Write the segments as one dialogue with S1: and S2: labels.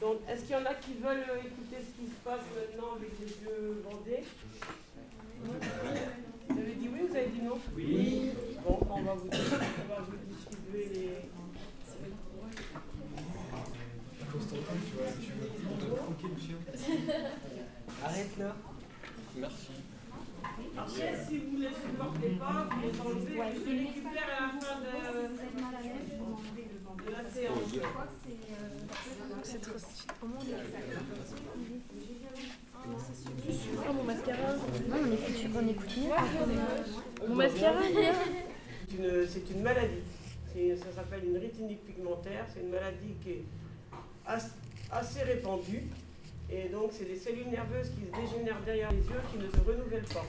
S1: Donc, est-ce qu'il y en a qui veulent euh, écouter ce qui se passe maintenant avec les yeux bandés Vous avez dit oui ou vous avez dit non
S2: Oui.
S1: Bon, on va vous, on va vous distribuer les.
S2: Constantin, tu vois, tu veux- on doit te croquer le chien. Arrête là. Merci.
S1: Après, si vous ne les supportez pas, vous les enlevez, vous les récupérez à la fin de, de la séance.
S3: C'est trop stylé. Oh mon mascara. Non, on écoute, on écoute mieux. Mon mascara.
S1: C'est une, c'est une maladie. C'est- Ça s'appelle une rétinique pigmentaire. C'est une maladie qui est as- assez répandue. Et donc, c'est des cellules nerveuses qui se dégénèrent derrière les yeux, qui ne se renouvellent pas.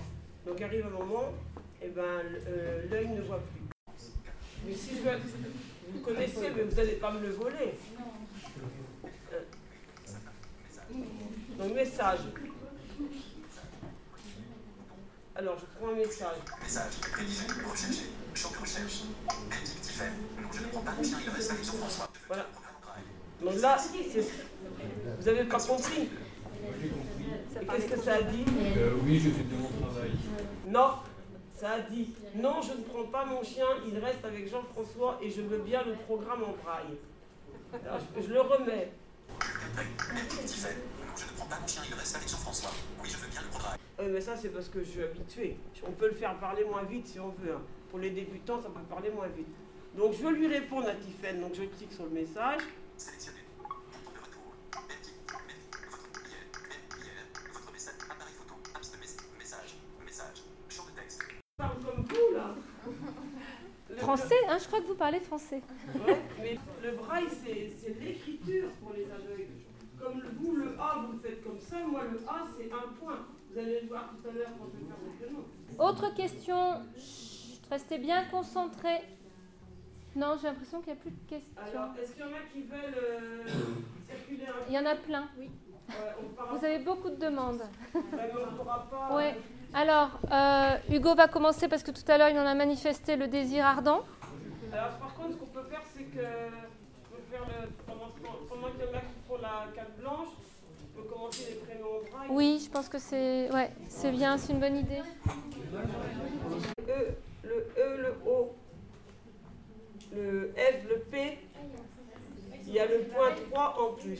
S1: Donc, arrive un moment, et ben, l- euh, l'œil ne voit plus. Mais si je veux- vous le connaissez, mais vous n'allez pas me le voler. Euh. Donc, message. Alors, je prends un message.
S4: Message, Eliphel, recherché, champ de recherche, critique Tiffen, non je ne prends pas le chien, il reste avec Jean-François.
S1: Voilà. Donc là, c'est- vous avez pas compris. Et Qu'est-ce que ça a dit
S2: Euh, oui, je fais de mon travail.
S1: Non, ça a dit non, je ne prends pas mon chien, il reste avec Jean-François et je veux bien le programme en braille. Alors, je, je le remets.
S4: Critique Tiffen, non je ne prends pas le chien, il reste avec Jean-François. Oui, je veux bien le programme.
S1: Oui, Euh, mais ça, c'est parce que je suis habituée. On peut le faire parler moins vite si on veut. hein. Pour les débutants, ça peut parler moins vite. Donc, je veux lui répondre à Tiffaine. Donc, je clique sur le message.
S4: Sélectionné. Bouton de retour. Belgique. Belgique. Votre hier. Bel- hier. Votre message. Appareil photo. Apps de mes- message. Message. Champ de texte.
S1: Je parle comme vous, là. Le- le-
S3: Français, hein, je crois que vous parlez français.
S1: Ouais, mais le braille, c'est c'est l'écriture pour les aveugles. Comme le- vous, le A, vous le faites comme ça, moi, le A, c'est un point. Vous allez le voir tout à l'heure quand je vais faire votre prénom.
S3: Autre question. Chut, restez bien concentrés. Non, j'ai l'impression qu'il n'y a plus de questions.
S1: Alors, est-ce qu'il y en a qui veulent euh, circuler un peu
S3: Il y en a plein.
S1: Ouais, On parle,
S3: Vous avez beaucoup de demandes.
S1: mais on ne pourra pas.
S3: Ouais. Alors, euh, Hugo va commencer parce que tout à l'heure, il en a manifesté le désir ardent.
S1: Alors, par contre, ce qu'on peut faire, c'est que je peux faire le, pendant, ce temps- pendant qu'il y en a qui font la carte blanche, je peux commencer les prénoms en braille.
S3: Oui, je pense que c'est ouais, c'est bien, c'est une bonne idée.
S1: E, le E, le O, le F, le P, il y a le point 3 en plus.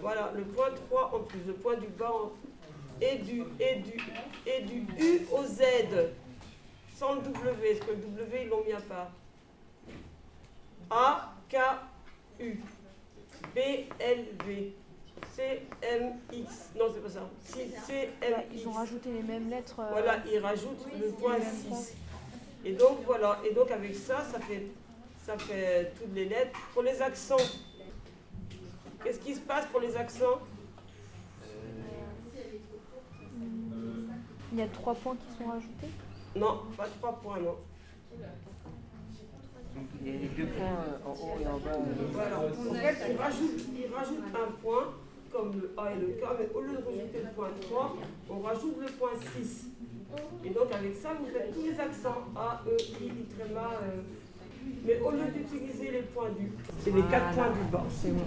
S1: Voilà, le point 3 en plus, le point du bas en- et du, et du, et du U au Z, sans le W, parce que le W, ils l'ont mis à part. A, K, U, B, L, V, C, M, X, non c'est pas ça, C, C, M, X.
S5: Ils ont rajouté les mêmes lettres. euh,
S1: Voilà, il rajoute le point 6. Et donc voilà, et donc avec ça, ça fait, ça fait toutes les lettres. Pour les accents, qu'est-ce qui se passe pour les accents
S5: Il y a trois points qui sont rajoutés.
S1: Non, pas trois points, non.
S6: Donc, il y a les deux points euh, en haut et en bas.
S1: Voilà. En fait, il rajoute, il rajoute un point, comme le A et le K, mais au lieu de rajouter le point 3, on rajoute le point 6. Et donc avec ça, vous faites tous les accents A, E, I, I, tréma. euh, mais au lieu d'utiliser les points du, c'est les quatre points du bas.
S7: C'est bon.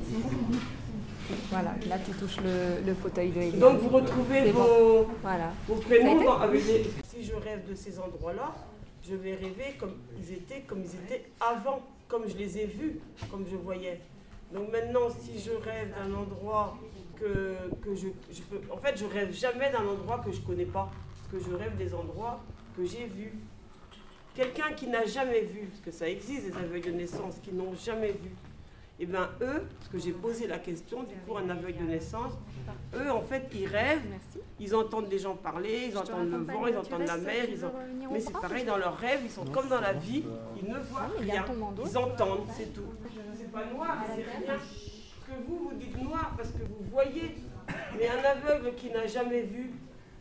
S7: Voilà, là tu touches le, le fauteuil de Elia.
S1: Donc vous retrouvez
S7: C'est bon.
S1: vos,
S7: Voilà.
S1: vos prénoms dans- avec les- Si je rêve de ces endroits-là, je vais rêver comme ils étaient, comme ils étaient avant, comme je les ai vus, comme je voyais. Donc maintenant, si je rêve d'un endroit que, que je, je peux... En fait, je rêve jamais d'un endroit que je connais pas, parce que je rêve des endroits que j'ai vus. Quelqu'un qui n'a jamais vu, parce que ça existe, des aveugles de naissance qui n'ont jamais vu. Eh bien, eux, parce que j'ai posé la question, du coup, un aveugle de naissance, eux, en fait, ils rêvent
S5: Merci.
S1: ils entendent des gens parler, ils entendent le vent, ils entendent la mer, ils en- mais c'est pareil dans leurs rêves, ils sont comme dans la vie, ils ne voient rien, ils entendent, c'est tout. C'est pas noir, c'est rien. Parce que vous, vous dites noir parce que vous voyez, mais un aveugle qui n'a jamais vu,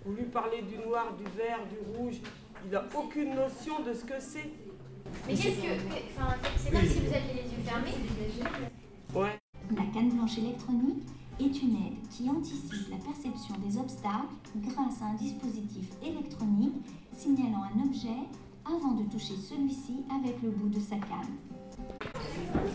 S1: vous lui parlez du noir, du vert, du rouge, il n'a aucune notion de ce que c'est.
S8: Mais qu'est-ce que. Enfin, c'est comme si vous aviez les yeux fermés.
S1: Ouais.
S9: La canne blanche électronique est une aide qui anticipe la perception des obstacles grâce à un dispositif électronique signalant un objet avant de toucher celui-ci avec le bout de sa canne.